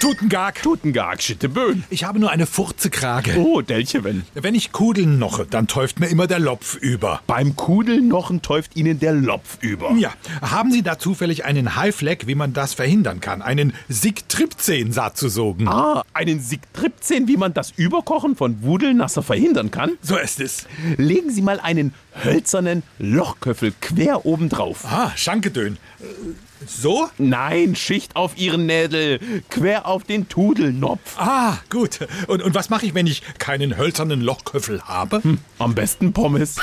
Tutengag. Tutengag, Schitteböen. Ich habe nur eine Furzekrage. Oh, Delchewen. Wenn ich Kudeln noche, dann täuft mir immer der Lopf über. Beim Kudelnochen täuft Ihnen der Lopf über. Ja, haben Sie da zufällig einen Highflag, wie man das verhindern kann? Einen Sigtripzen sozusagen. Ah, einen Sigtripzen, wie man das Überkochen von Wudelnasser verhindern kann? So ist es. Legen Sie mal einen hölzernen Lochköffel quer oben drauf. Ah, Schankedön. Äh, So? Nein, Schicht auf Ihren Nädel, quer auf den Tudelnopf. Ah, gut. Und, und was mache ich, wenn ich keinen hölzernen Lochköffel habe? Am besten Pommes.